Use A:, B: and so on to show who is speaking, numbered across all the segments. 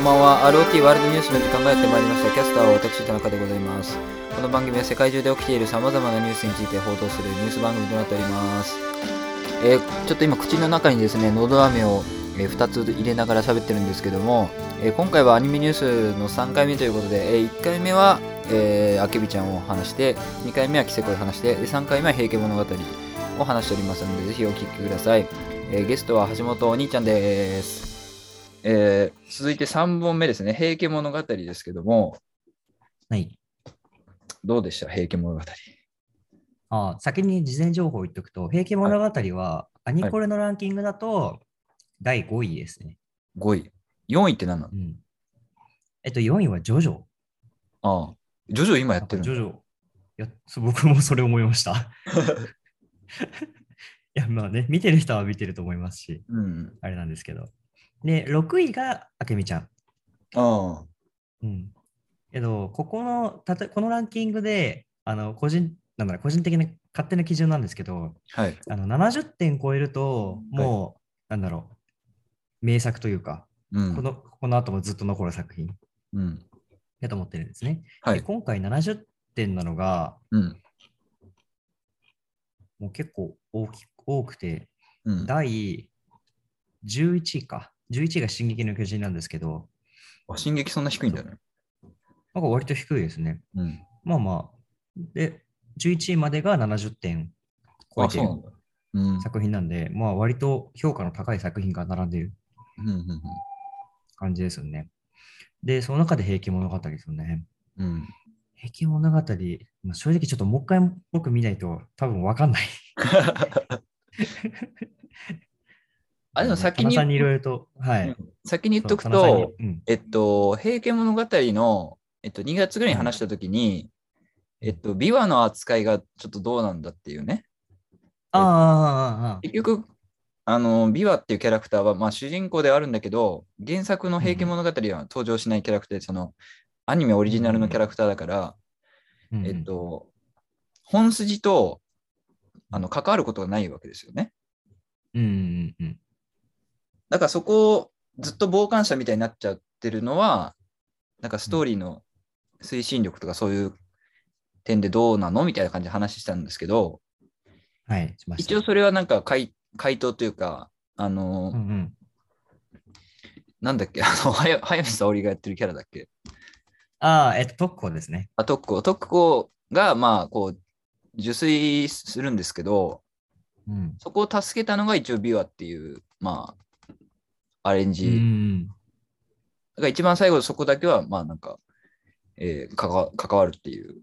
A: んばんは ROT ワールドニュースの時間がやってまいりましたキャスターは私田中でございますこの番組は世界中で起きているさまざまなニュースについて報道するニュース番組となっておりますえーちょっと今口の中にですねのど飴を、え2つ入れながら喋ってるんですけども、えー今回はアニメニュースの3回目ということで、え1回目は、えーあけびちゃんを話して2回目はキセコを話してで3回目は平家物語を話しておりますのでぜひお聞きください、えーゲストは橋本お兄ちゃんですえー続いて3本目ですね、平家物語ですけども、
B: はい。
A: どうでした、平家物語。
B: あ先に事前情報を言っておくと、平家物語は、アニコレのランキングだと、第5位ですね。
A: 5位。4位って何なの
B: うん。えっと、4位はジョジョ。
A: ああ、ジョジョ今や
B: なん
A: って
B: か
A: る
B: ジョ
A: の
B: ジョ。いや、そう僕もそれ思い ました。いや、まあね、見てる人は見てると思いますし、
A: うん。
B: あれなんですけど。で、6位が、あけみちゃん。
A: ああ、
B: うん。けど、ここの、たとこのランキングで、あの、個人、なんだろう、個人的な勝手な基準なんですけど、
A: はい。
B: あの70点超えると、
A: はい
B: もう、なんだろう、名作というか、
A: うん。
B: このこの後もずっと残る作品
A: うん。
B: だと思ってるんですね。
A: は
B: で
A: い。
B: 今回70点なのが、
A: うん。
B: もう結構大き多くて、
A: うん。あ、
B: 第11位か。11位が進撃の巨人なんですけど、
A: 進撃そんな低いんだね。
B: なんか割と低いですね。
A: うん。
B: まあまあ。で、11位までが70点超え
A: あ、
B: て
A: そう
B: る
A: なんだ。うん。
B: 作品なんで、まあ割と評価の高い作品が並んでいる
A: うんうん
B: 感じですよね。で、その中で平家物語ですよね。
A: うん。 うん。
B: 平家物語、まあ、正直ちょっともう一回僕見ないと多分わかんない。
A: あ、でも先
B: 田中
A: に
B: さんにいろいろと、はい。
A: うん先に言っとく
B: そう田中さん
A: と、
B: にうん、
A: えっと、平家物語の、えっと、2月ぐらいに話したときに、えっと、琵琶の扱いがちょっとどうなんだっていうね。
B: ああああああああ、
A: 結局あのビワっていうキャラクターは、まあ、主人公ではあるんだけど原作の「平家物語」は登場しないキャラクターで、そのアニメオリジナルのキャラクターだから、
B: うん
A: えっ、と本筋とあの関わることがないわけですよね
B: うんうんうん
A: だからそこをずっと傍観者みたいになっちゃってるのはなんかストーリーの推進力とかそういう点でどうなのみたいな感じで話したんですけど
B: はい、しました。
A: 一応それはなんか回回答というかあの、
B: うんうん、
A: なんだっけ、あの、はや早見沙織がやってるキャラだっけ。
B: ああ、えっと、特攻ですね。
A: あ、特攻。特攻が、まあ、こう、受水するんですけど、
B: うん。
A: そこを助けたのが一応ビワっていう、まあ、アレン
B: う
A: ジ。
B: んうん
A: だから一番最後そこだけは、まあ、なんか、えー関わ関わるっていう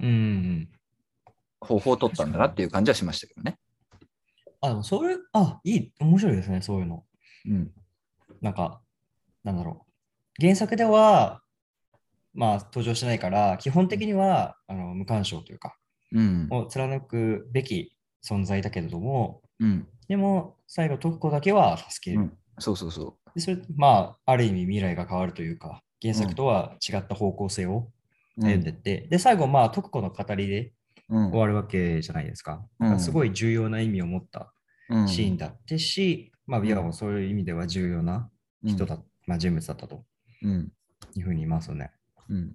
B: うんうん。
A: 方法を取ったんだなっていう感じはしましたけどね。
B: あ、でもそれ、あ、いい、面白いですね、そういうの。
A: うん。
B: なんか、なんだろう。原作では、まあ、登場しないから、基本的には、あの無干渉というか、
A: うん。
B: を貫くべき存在だけれども、
A: うん。
B: でも最後、特攻だけは助け
A: う
B: る。
A: んそうそうそ
B: でそれまあ、ある意味未来が変わるというか、原作とは違った方向性を
A: う。
B: 歩んでって、で、最後、まあ、特攻の語りで
A: うん。
B: 終わるわけじゃないですか。
A: うん
B: なんかすごい重要な意味を持った
A: うん
B: シーンだってし、まあ、ビアもそういう意味では重要な人だ、まあ、人物だったと
A: うん。
B: いうふうに言いますよね。
A: うん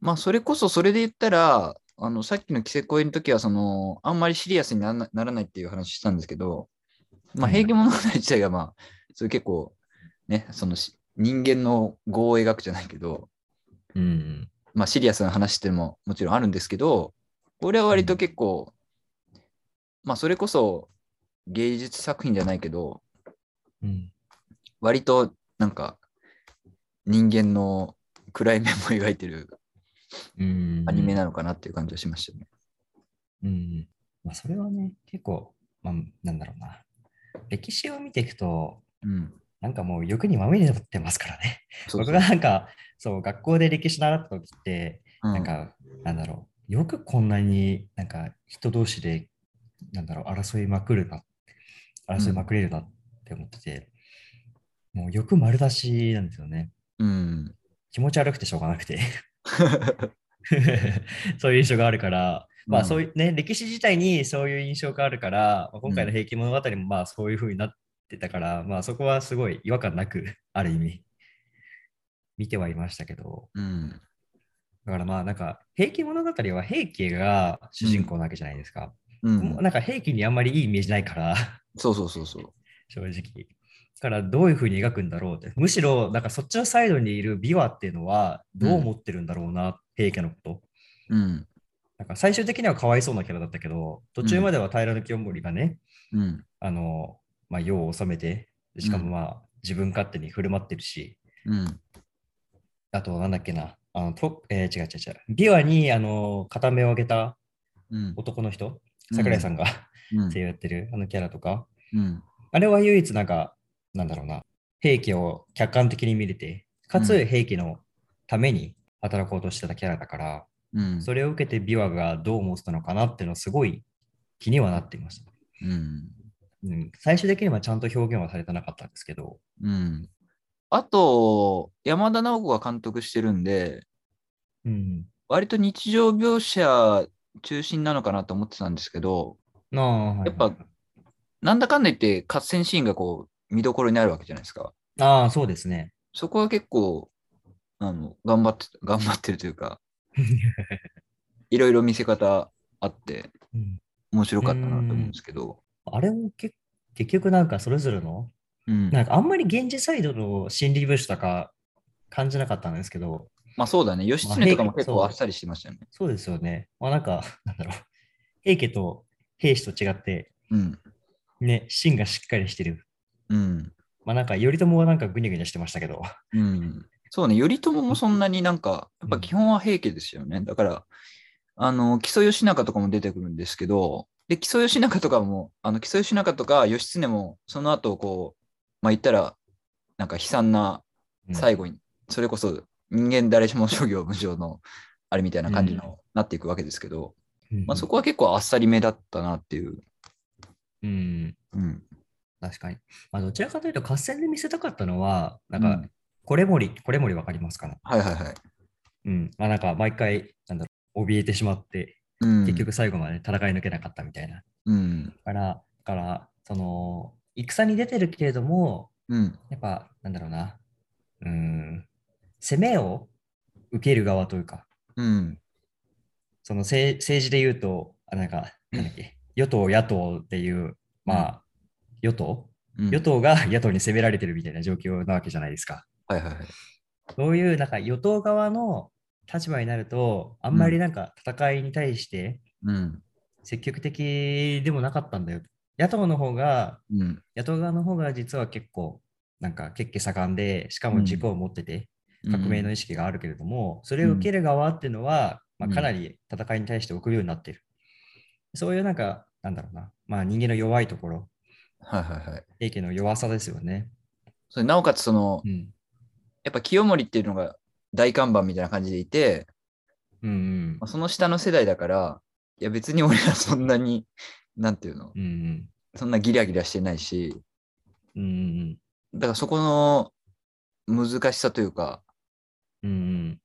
A: まあそれこそそれで言ったらあのさっきの「キセコイ」の時はそのあんまりシリアスにならなならないっていう話したんですけど、まあ、
B: うん
A: 平家物語自体がまあそれ結構ねそのし人間の業を描くじゃないけど、
B: うん。
A: まあ、シリアスな話ってももちろんあるんですけどこれは割と結構、まあそれこそ芸術作品じゃないけど
B: うん、
A: 割となんか人間の暗い面も描いてる
B: うん
A: アニメなのかなっていう感じはしましたね。
B: うん。まあ、それはね、結構、まあ、なんだろうな。歴史を見ていくと、
A: うん。
B: なんかもう欲にまみれてますからね。
A: そう
B: 僕
A: そう
B: がなんか、そう、学校で歴史習った時って、
A: うん
B: なんか、なんだろう、よくこんなになんか人同士で、なんだろう、争いまくるな、争いまくれるなって思ってて、もう欲丸出しなんですよね。
A: うん。
B: 気持ち悪くてしょうがなくて。 そういう印象があるから、 ま
A: う
B: あ
A: ん
B: そういうね、歴史自体にそういう印象があるから、まあ今回の平気物語もまあそういうふうになっってたから、まあそこはすごい違和感なく、ある意味、見てはいましたけど、
A: うん。
B: だからまあなんか、平家物語は平家が主人公なわけじゃないですか。
A: う
B: も
A: ん
B: う。なんか平家にあんまりいいイメージないから、
A: そうそうそうそう。
B: 正直。だからどういうふうに描くんだろうって。むしろ、なんかそっちのサイドにいる美和っていうのは、どう思ってるんだろうな、平家のこと。
A: うん。
B: なんか最終的にはかわいそうなキャラだったけど、途中までは平清盛がね、
A: うん。
B: あの、まあ、世を治めて、しか
A: う
B: も
A: ん
B: まあ、自分勝手に振る舞ってるし、
A: うん。
B: あと、なんだっけな、あのとえー違う違う違う、琵琶にあの片目を上げた
A: うん。
B: 男の人、桜井さんが
A: うん。
B: 声優やってるあのキャラとか、
A: うん。
B: あれは唯一なんか、なんだろうな、平家を客観的に見れて、か
A: う
B: つ
A: ん
B: 平家のために働こうとしてたキャラだから、
A: うん。
B: それを受けて琵琶がどう思ってたのかなっていうのはすごい気にはなっていました。
A: うん。
B: うん、最終的にはちゃんと表現はされてなかったんですけど、
A: うん。あと、山田直子が監督してるんで、
B: うん、
A: 割と日常描写中心なのかなと思ってたんですけど、
B: なあ、はいはい
A: やっぱなんだかんだ言って合戦シーンがこう見どころになるわけじゃないですか。
B: ああ、そうですね。
A: そこは結構、あの、頑張って、頑張ってるというか、 いろいろ見せ方あって、
B: うん
A: 面白かったなと思うんですけど、
B: あれもけ結局なんかそれぞれの、
A: うん。
B: なんかあんまり現実サイドの心理描写とか感じなかったんですけど、
A: まあそうだね、義
B: まあ
A: 経とかも
B: 平家
A: 結
B: そ
A: 構
B: う
A: あっさりしてましたよね。
B: そうですよね。まあなんか、 なんだろう。平家と平氏と違って、
A: うん。
B: ね、芯がしっかりしてる。
A: うん。
B: まあなんか、頼朝はなんかぐにゃぐにゃしてましたけど、
A: うん、そうね、頼朝もそんなになんか、やっぱ基本は平家ですよね。だから、あの、木曽義仲とかも出てくるんですけど、で、木曽義仲とかも、あの、木曽義仲とか義経も、その後、こう、まあ言ったら、なんか悲惨な
B: うん
A: 最後に、それこそ人間誰しも諸行無常の、あれみたいな感じの、
B: う
A: なっていくわけですけど、
B: うん
A: まあそこは結構あっさりめだったなっていう。
B: うん、
A: うん。
B: 確かに。まあどちらかというと、合戦で見せたかったのは、なん
A: う
B: か
A: ん、
B: これ森、これ森わかりますかね。
A: はいはいはい。
B: うん。まあなんか、毎回、なんだろう、怯えてしまって、
A: うん、
B: 結局、最後まで戦い抜けなかったみたいな。
A: うん。
B: から、だから、その、戦に出てるけれども、
A: うん。
B: やっぱ、なんだろうな、うーん、攻めを受ける側というか、
A: うん。
B: その政政治で言うと、あなんか、なんだっけ、与党、野党っていう、まあ、与党
A: うん。
B: 与党が野党に攻められてるみたいな状況なわけじゃないですか。
A: はいはいはい。
B: そういう、なんか、与党側の立場になると、あんまりなんか、戦いに対して
A: うん。
B: 積極的でもなかったんだよ。野党の方が
A: うん。
B: 野党側の方が実は結構なんか血気盛んでしか
A: う
B: も
A: ん
B: 軸を持ってて革命の意識があるけれども、それを受ける側っていうのは、
A: うん
B: まあ、かなり戦いに対して臆病になってる、そういうなんかなんだろうな、まあ、人間の弱いところ
A: はいはいはい。
B: 平家の弱さですよね、
A: それなおかつその、
B: うん、
A: やっぱ清盛っていうのが大看板みたいな感じでいて、
B: うん
A: まあその下の世代だから、いや別に俺らそんなに、なんていうの
B: うん、うん
A: そんなギラギラしてないし、
B: うんうん
A: だからそこの難しさというか、
B: うんうん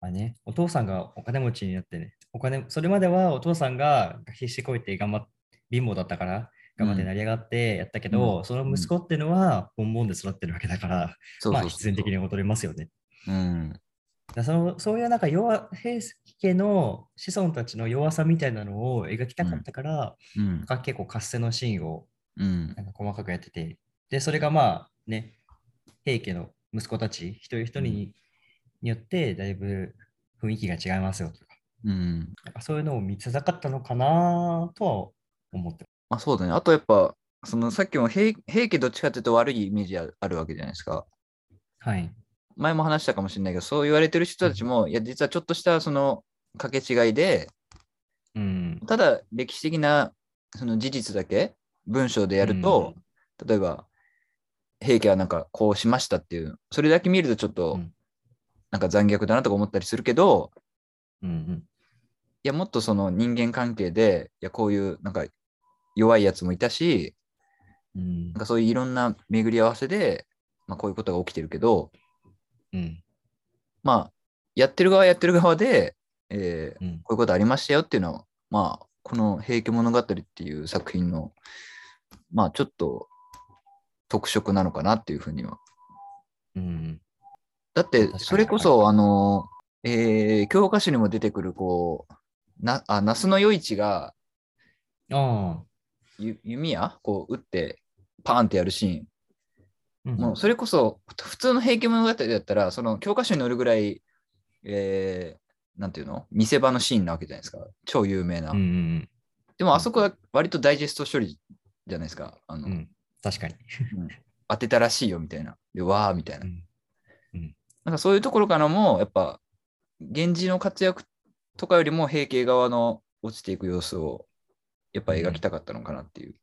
B: まあね、お父さんがお金持ちになってねお金それまではお父さんが必死こいて頑張っ貧乏だったから頑張って成り上がってやったけど、その息子っていうのはボンボンで育ってるわけだから、
A: そう
B: まあ
A: そうそう
B: 必然的に劣りますよね。
A: うん。
B: だからそのそういうなんか弱平家の子孫たちの弱さみたいなのを描きたかったから、
A: うん。
B: が結構合戦のシーンを
A: うん
B: な。んか細かくやっててでそれがまあね平家の息子たち一人一人に,、よってだいぶ雰囲気が違いますよとか
A: うん。
B: なんかそういうのを見せたかったのかなとは思って
A: まあそうだね。あとやっぱ、そのさっきも平平家どっちかっていうと悪いイメージあるあるわけじゃないですか。
B: はい
A: 前も話したかもしれないけど、そう言われてる人たちも、いや実はちょっとしたその掛け違いで、
B: うん
A: ただ歴史的なその事実だけ文章でやると、例えば平家はなんかこうしましたっていうそれだけ見るとちょっ
B: う
A: と
B: ん
A: なんか残虐だなとか思ったりするけど、
B: うんうん
A: いやもっとその人間関係でいやこういうなんか弱いやつもいたし
B: うん
A: なんかそういういろんな巡り合わせで、まあ、こういうことが起きてるけど
B: うん
A: まあやってる側はやってる側で、えー
B: うん
A: こういうことありましたよっていうのは、まあ、この「平家物語」っていう作品の、まあ、ちょっと特色なのかなっていうふうには。
B: うん。
A: だって
B: 確か、に
A: それこそ、あの、えー教科書にも出てくる、こう、なあ那須の与一が
B: ああ。
A: ゆ弓矢こう打って、パーンってやるシーン。
B: うん
A: もうそれこそ普通の平家物語だったらその教科書に載るぐらい、えーなんていうの見せ場のシーンなわけじゃないですか超有名な、
B: うんうん
A: でもあそこは割とダイジェスト処理じゃないですかあの、
B: うん。うん。確かに。
A: 当てたらしいよみたいなでわーみたいな、
B: うんうん
A: なんかそういうところからもやっぱ源氏の活躍とかよりも平家側の落ちていく様子をやっぱ描きたかったのかなっていう、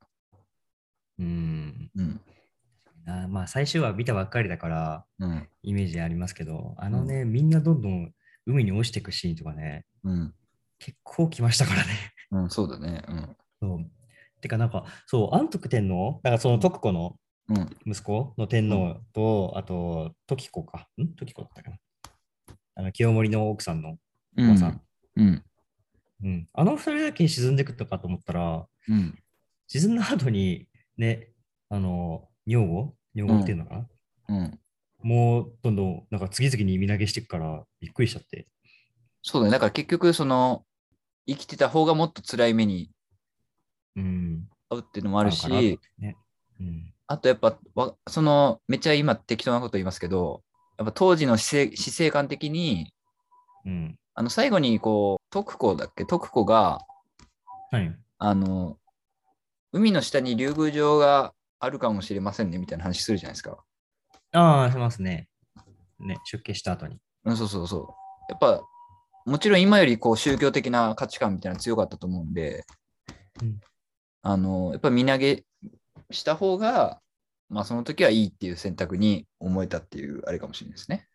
B: うん。
A: うん
B: なまあ、最終話見たばっかりだから、
A: うん
B: イメージありますけど、あのね、みんなどんどん海に落ちていくシーンとかね、
A: うん
B: 結構来ましたからね。
A: うん、そうだねうん
B: そう。てか、なんか、そう、安徳天皇、なんかその徳子の
A: うん
B: 息子の天皇と、あと、時子か。ん時子だったかな。あの、清盛の奥さんのおばさん。
A: うん
B: うん。あの二人だけ沈んでくったかと思ったら、
A: うん
B: 沈んだ後に、ね、あの、女房女房っていうのかな、
A: うん
B: もう、どんどん、なんか次々に身投げしてくから、びっくりしちゃって。
A: そうだね。だから結局、その、生きてた方がもっと辛い目に
B: うん。
A: 遭うっていうのもある
B: 合うかなと思
A: し
B: っ、てね。うん。
A: あとやっぱ、わその、めっちゃ今適当なこと言いますけど、やっぱ当時の死生死生観的に、
B: うん。
A: あの、最後にこう、徳子だっけ徳子が、
B: はい。
A: あの、海の下に竜宮城があるかもしれませんね、みたいな話するじゃないですか。
B: ああ、しますね。ね、出家した後に。
A: うん、そうそうそう。やっぱ、もちろん今よりこう宗教的な価値観みたいなの強かったと思うんで、
B: うん
A: あの、やっぱ身投げした方が、まあその時はいいっていう選択に思えたっていうあれかもしれないですね。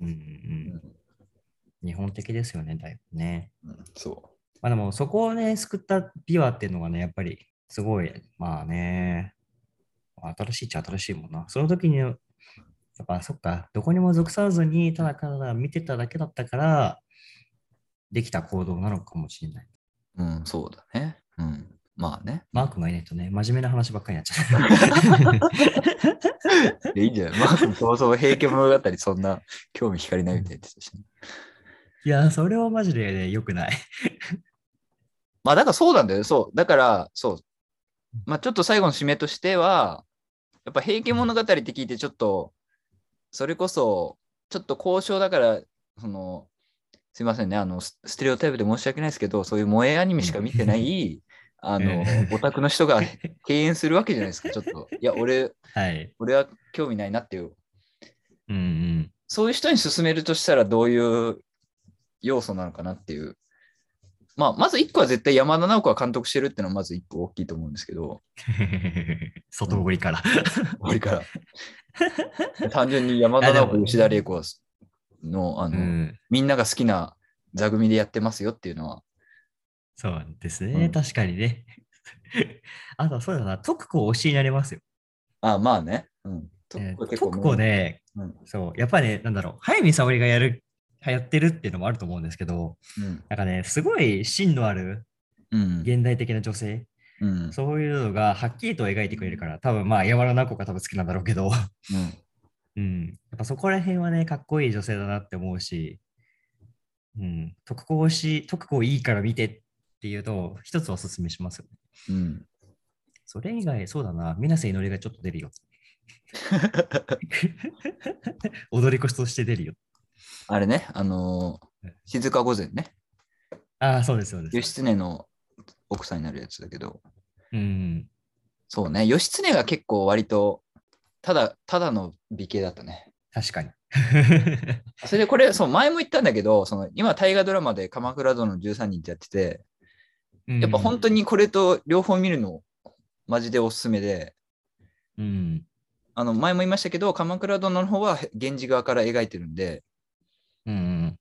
B: うんうんうん、日本的ですよね、だいぶね。
A: うん、そ
B: まあでも、そこをね、救ったビワっていうのがね、やっぱりすごい、まあね、新しいっちゃ新しいもんな。その時に、やっぱそっか、どこにも属さずに、ただただ見てただけだったから、できた行動なのかもしれない。
A: う。うん、そうだね。うん。まあね。
B: マークがいないとね、真面目な話ばっかりにな っちゃ
A: いやいいんじゃない まあ、そもそも平家物語そんな興味惹かれないみたいでしたし、ね。
B: う。いや、それはマジでね、良くない。
A: まあだからそうなんだよね。そう。だから、そう。まあちょっと最後の締めとしては、やっぱ平家物語って聞いてちょっと、それこそ、ちょっと交渉だから、その、すいませんね、あの、スステレオタイプで申し訳ないですけど、そういう萌えアニメしか見てない、あの、オタクの人が敬遠するわけじゃないですか、ちょっと。いや、俺、
B: はい。
A: 俺は興味ないなっていう。
B: うんうん。
A: そういう人に勧めるとしたらどういう要素なのかなっていう。まあ、まず1個は絶対山田直子が監督してるっていうのはまず1個大きいと思うんですけど、
B: 外堀から。
A: これから。 単純に山田直
B: いやで
A: 子、
B: も
A: 吉田玲子のあ
B: う
A: の、
B: ん
A: みんなが好きな座組でやってますよっていうのは、
B: そうです
A: う
B: ね、
A: ん
B: 確かにね。 あと、そうだな、徳子推しになりますよ。
A: あまあね。うん。
B: えー
A: 結構
B: 徳子ね、
A: うん
B: そう、やっぱね、なんだろう、早見沙織がやる、流行ってるっていうのもあると思うんですけど、
A: うん。
B: なんかね、すごい芯のある
A: うん。
B: 現代的な女性、
A: うん。
B: そういうのがはっきりと描いてくれるから、多分まあ、山田奈子が多分好きなんだろうけど、
A: うん
B: うん、やっぱそこら辺はね、かっこいい女性だなって思うし、うん、徳子推し、徳子いいから見てっていうのを一つおすすめしますよね。
A: うん。
B: それ以外、そうだな、水瀬祈りがちょっと出 るよ。踊り子として出るよ。
A: あれね、あのー静か御前ね、
B: ああ、そうです、そうで
A: 義
B: す。
A: 経の奥さんになるやつだけど、
B: うん。
A: そうね、義経が結構割と、ただ、ただの美形だったね。
B: 確かに。
A: それでこれ、そう、前も言ったんだけど、その今、大河ドラマで鎌倉殿の13人ってやってて、 やっぱ本当にこれと両方見るの、マジでおすすめで、
B: うん。
A: あの、前も言いましたけど、鎌倉殿の方は源氏側から描いてるんで、
B: うん。うん。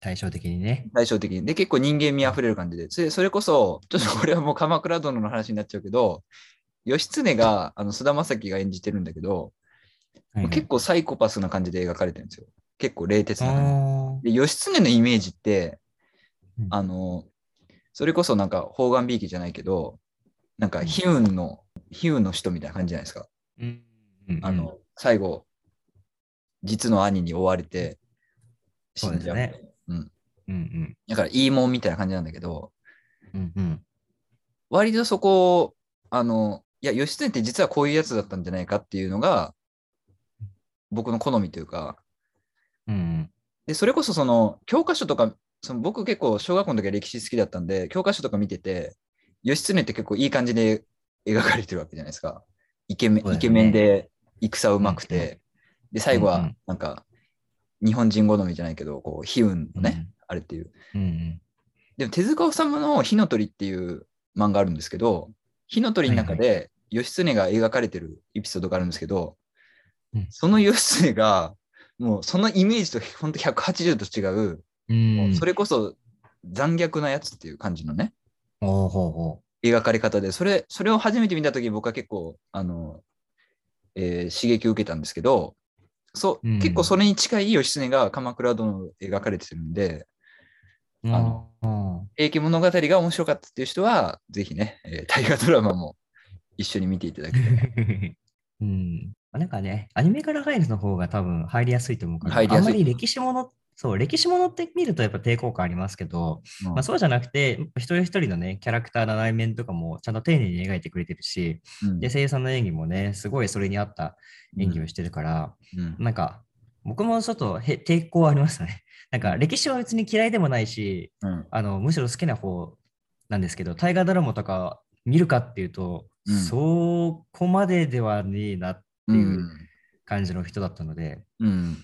B: 対照的にね。
A: 対照的に。で、結構人間味あふれる感じで、それそれこそ、ちょっとこれはもう鎌倉殿の話になっちゃうけど、義経が、あの、菅田将暉が演じてるんだけど、
B: はいはい
A: 結構サイコパスな感じで描かれてるんですよ。結構冷徹な感じ。で
B: あ
A: 義経のイメージって、
B: うん
A: あのそれこそなんか方眼美意気じゃないけどなんか悲運の悲運の人みたいな感じじゃないですか
B: ーうんうんうん
A: あの、、最後、実の兄に追われて死
B: そうんで
A: じ
B: す
A: ゃう。
B: ね。
A: うん。
B: うん
A: だから、いいもんみたいな感じなんだけど、
B: うん。うんうん。
A: 割とそこを、あの、いや、義経って実はこういうやつだったんじゃないかっていうのが、僕の好みというか、
B: うんうん。
A: で、それこそその、教科書とか、その僕結構小学校の時は歴史好きだったんで、教科書とか見てて、義経って結構いい感じで描かれてるわけじゃないですか。イケメン、
B: そうだよね
A: イケメンで戦うまくて、で、最後
B: うんう
A: は
B: ん
A: なんか、日本人好みじゃないけど、こう、悲運のね、あれっていう。
B: うんうん。
A: でも手塚治虫の火の鳥っていう漫画あるんですけど、火の鳥の中で義経が描かれてるエピソードがあるんですけど、
B: うん
A: その義経が、もうそのイメージと本当180度違う、
B: うんうん。
A: それこそ残虐なやつっていう感じのね、
B: ほうほうほ
A: 描かれ方で、それ、それを初めて見たとき僕は結構、あの、えー刺激を受けたんですけど、そう、
B: うん
A: 結構それに近い義経が鎌倉殿の描かれてるんで、あ
B: う。
A: の
B: の、
A: 平家物語が面白かったっていう人は、ぜひね、えー大河ドラマも一緒に見ていただけれ
B: うん。なんかね、アニメから入るの方が多分入りやすいと思うから、
A: 入りやすい
B: あんまり歴史もの、そう、歴史ものって見るとやっぱ抵抗感ありますけど、
A: ば、
B: まあ、そうじゃなくて、一人一人のね、キャラクターの内面とかもちゃんと丁寧に描いてくれてるし、
A: うん
B: で、声優さんの演技もね、すごいそれに合った演技をしてるから、
A: うん
B: なんか、僕もちょっとへ抵抗ありましたね。 なんか、歴史は別に嫌いでもないし、
A: うん
B: あのむしろ好きな方なんですけど、大河ドラマとか見るかっていうと、
A: うん
B: そこまでではねえなって
A: うん
B: いう感じの人だったので、
A: うん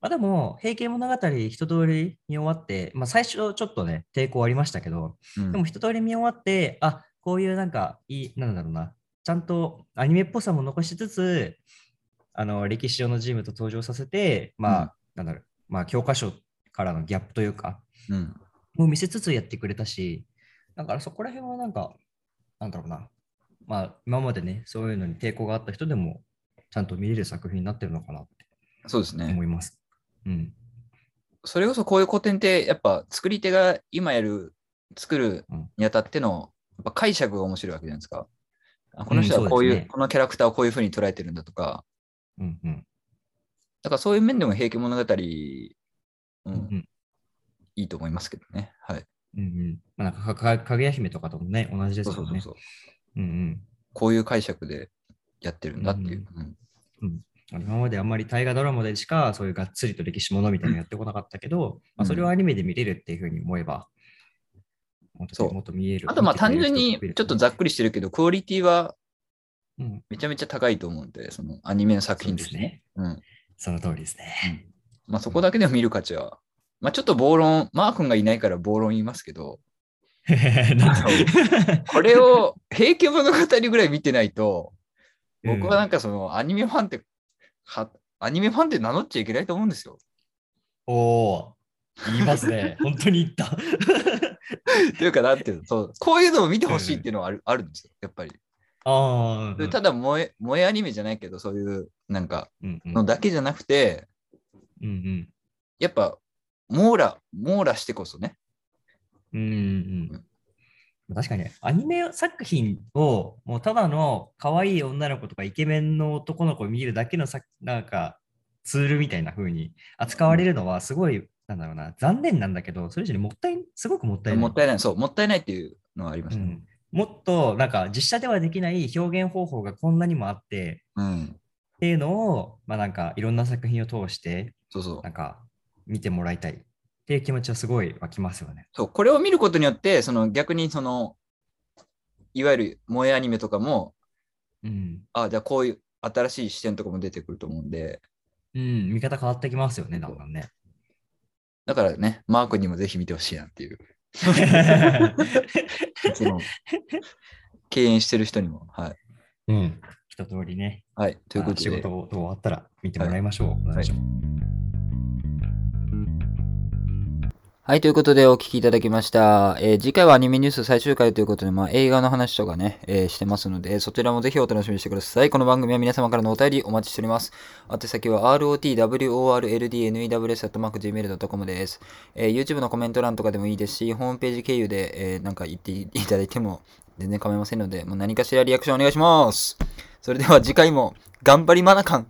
B: まあ、でも、平家物語一通り見終わって、まあ、最初ちょっとね、抵抗ありましたけど、
A: うん
B: でも一通り見終わって、あこういうなんかいい、なんだろうな、ちゃんとアニメっぽさも残しつつ、あの歴史上の人物を登場させて、まあ、
A: うん
B: なんだろう、まあ、教科書からのギャップというか、
A: うん
B: もう見せつつやってくれたし、だからそこら辺はなんか、なんだろうな、まあ今までね、そういうのに抵抗があった人でも、ちゃんと見れる作品になってるのかなって
A: そうですね。
B: 思います。うん。
A: それこそこういう古典って、やっぱ作り手が今やる、作るにあたっての、やっぱ解釈が面白いわけじゃないですか。あこの人はこういう、
B: うんそうですね
A: このキャラクターをこういうふうに捉えてるんだとか、
B: うんうん。
A: だからそういう面でも平家物語、うん
B: うんうん
A: いいと思いますけどね。はい。
B: うんうんまあ、なんかか、かぐや姫とかともね、同じです
A: そう
B: よ
A: そ
B: ね。
A: うそうそう。
B: うんうん。
A: こういう解釈でやってるんだっていう。うん
B: あの今まであんまり大河ドラマでしか、そういうがっつりと歴史ものみたいなのやってこなかったけど、まあ、それをアニメで見れるっていうふうに思えば、もっと
A: そう
B: もっと見える。
A: あとまあ単純
B: 見
A: に
B: てくれる
A: ちょ
B: 人
A: っと
B: が増
A: ざっくりしてるけど、クオリティは
B: える、うん、
A: めちゃめちゃ高いと思うんで、そのアニメの作
B: そう
A: 品
B: で
A: とし
B: す
A: て
B: ね。
A: うん。
B: その通りですね。
A: まあそこだけでも見る価値は。まあちょっと暴論、マー君がいないから暴論言いますけど、
B: なんか
A: これを平家物語ぐらい見てないと、
B: うん
A: 僕はなんかそのアニメファンって、はアニメファンって名乗っちゃいけないと思うんですよ。
B: おおー、言いますね。本当に言った。
A: というか、なんていうの、そうこういうのを見てほしいっていうのはある,、あるんですよ、やっぱり。
B: ああ、
A: ただ萌え、萌えアニメじゃないけど、そういうなんか
B: うんうん、
A: のだけじゃなくて、
B: うんうん。
A: やっぱ網羅、網羅してこそね。
B: うんうんうん。確かに、アニメ作品を、もうただの可愛い女の子とかイケメンの男の子を見るだけのさ、なんか、ツールみたいな風に扱われるのは、すごい、なんだろうな、残念なんだけど、それ以上にもったい、すごくもったいない。
A: もったいない、そう、もったいないっていうのはありま
B: う
A: すね。
B: んもっと、なんか、実写ではできない表現方法がこんなにもあって、
A: うん、
B: っていうのを、まあなんか、いろんな作品を通して、
A: そうそう
B: なんか見てもらいたいっていう気持ちはすごい湧きますよね。
A: そう。これを見ることによって、その逆にその、いわゆる萌えアニメとかも、
B: うん。
A: あ、じゃあこういう新しい視点とかも出てくると思うんで、
B: うん、見方変わってきますよね、だんだんね。
A: だからね、マークにもぜひ見てほしいなって いう、 その、敬遠してる人にも。はい。
B: うん。一通りね、
A: はい、ということで。
B: 仕事終わったら見てもらいましょう。
A: はい
B: お願いします
A: はい、ということでお聞きいただきました。えー次回はアニメニュース最終回ということで、まあ、映画の話とかね、えーしてますので、そちらもぜひお楽しみにしてください。この番組は皆様からのお便りお待ちしております。宛先は rotworldnews.gmail.com です、えー YouTube のコメント欄とかでもいいですし、ホームページ経由で、えーなんか言っていただいても全然構いませんので、もう何かしらリアクションお願いします。それでは次回も頑張りマナカン